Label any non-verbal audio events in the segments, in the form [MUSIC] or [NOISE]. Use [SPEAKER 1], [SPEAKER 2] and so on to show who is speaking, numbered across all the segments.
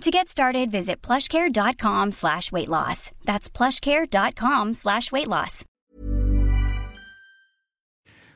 [SPEAKER 1] To get started, visit plushcare.com slash weight loss. That's plushcare.com slash weight loss.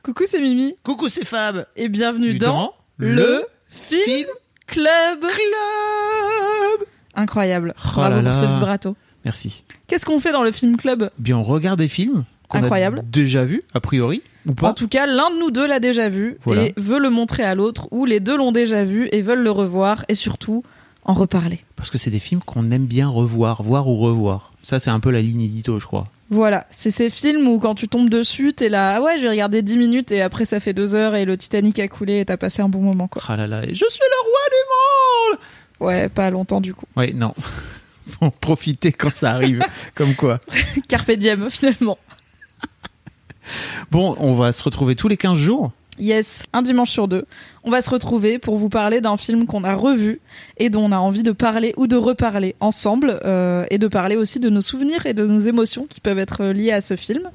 [SPEAKER 2] Coucou, c'est Mimi
[SPEAKER 3] Coucou, c'est Fab.
[SPEAKER 2] et bienvenue dans,
[SPEAKER 3] Dans
[SPEAKER 2] le,
[SPEAKER 3] le
[SPEAKER 2] Film, Club.
[SPEAKER 3] Club.
[SPEAKER 2] Incroyable.
[SPEAKER 3] Oh
[SPEAKER 2] Bravo
[SPEAKER 3] là
[SPEAKER 2] pour ce
[SPEAKER 3] là.
[SPEAKER 2] vibrato.
[SPEAKER 3] Merci. Eh
[SPEAKER 2] Qu'est-ce qu'on fait dans le Film Club
[SPEAKER 3] Bien, on regarde des films qu'on
[SPEAKER 2] Incroyable.
[SPEAKER 3] a déjà vus, a priori, ou
[SPEAKER 2] En
[SPEAKER 3] pas.
[SPEAKER 2] tout cas, l'un de nous deux l'a déjà vu
[SPEAKER 3] Voilà.
[SPEAKER 2] et veut le montrer à l'autre, ou les deux l'ont déjà vu et veulent le revoir et surtout en reparler.
[SPEAKER 3] Parce que c'est des films qu'on aime bien revoir, voir ou revoir. Ça, c'est un peu la ligne édito, je crois.
[SPEAKER 2] Voilà, c'est ces films où quand tu tombes dessus, t'es là, ah ouais, j'ai regardé 10 minutes et après ça fait 2 heures et le Titanic a coulé et t'as passé un bon moment quoi.
[SPEAKER 3] Ah là là, et je suis le roi du monde
[SPEAKER 2] Ouais, pas longtemps du coup. [LAUGHS]
[SPEAKER 3] Ouais, non. [LAUGHS] Faut en profiter quand ça [LAUGHS] arrive, comme quoi.
[SPEAKER 2] Carpe diem finalement.
[SPEAKER 3] Bon, on va se retrouver tous les 15 jours.
[SPEAKER 2] Yes, un dimanche sur deux, on va se retrouver pour vous parler d'un film qu'on a revu et dont on a envie de parler ou de reparler ensemble euh, et de parler aussi de nos souvenirs et de nos émotions qui peuvent être euh, liées à ce film.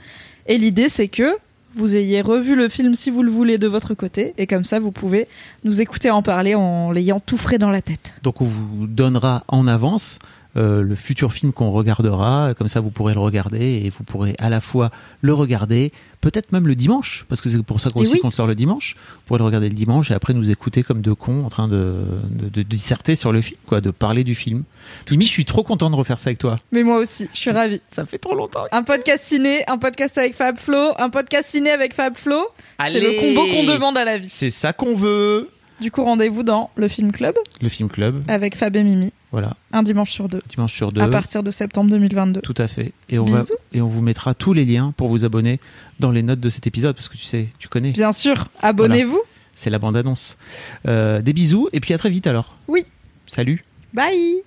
[SPEAKER 2] Et l'idée c'est que vous ayez revu le film si vous le voulez de votre côté et comme ça vous pouvez nous écouter en parler en l'ayant tout frais dans la tête.
[SPEAKER 3] Donc, on vous donnera en avance euh, le futur film qu'on regardera. Comme ça, vous pourrez le regarder et vous pourrez à la fois le regarder, peut-être même le dimanche, parce que c'est pour ça qu'on
[SPEAKER 2] Et
[SPEAKER 3] aussi
[SPEAKER 2] oui.
[SPEAKER 3] qu'on le sort le dimanche. Vous pourrez le regarder le dimanche et après nous écouter comme deux cons en train de, de- de disserter sur le film, quoi, de parler du film. Mimi, je suis trop content de refaire ça avec toi.
[SPEAKER 2] Mais moi aussi, je suis ravie.
[SPEAKER 3] Ça fait trop longtemps.
[SPEAKER 2] Un podcast ciné, un podcast avec Fab Flo, un podcast ciné avec Fab Flo, c'est le combo qu'on demande à la vie.
[SPEAKER 3] C'est ça qu'on veut.
[SPEAKER 2] Du coup, rendez-vous dans le film club
[SPEAKER 3] Le film club,
[SPEAKER 2] avec Fab et Mimi.
[SPEAKER 3] voilà,
[SPEAKER 2] un dimanche sur deux,
[SPEAKER 3] dimanche sur deux.
[SPEAKER 2] à partir de septembre 2022.
[SPEAKER 3] Tout à fait. Et on, va,
[SPEAKER 2] Bisous.
[SPEAKER 3] et on vous mettra tous les liens pour vous abonner dans les notes de cet épisode, parce que tu sais, tu connais,
[SPEAKER 2] Bien sûr, abonnez-vous.
[SPEAKER 3] c'est la bande-annonce. Euh, des bisous, et puis à très vite alors.
[SPEAKER 2] Oui.
[SPEAKER 3] Salut.
[SPEAKER 2] Bye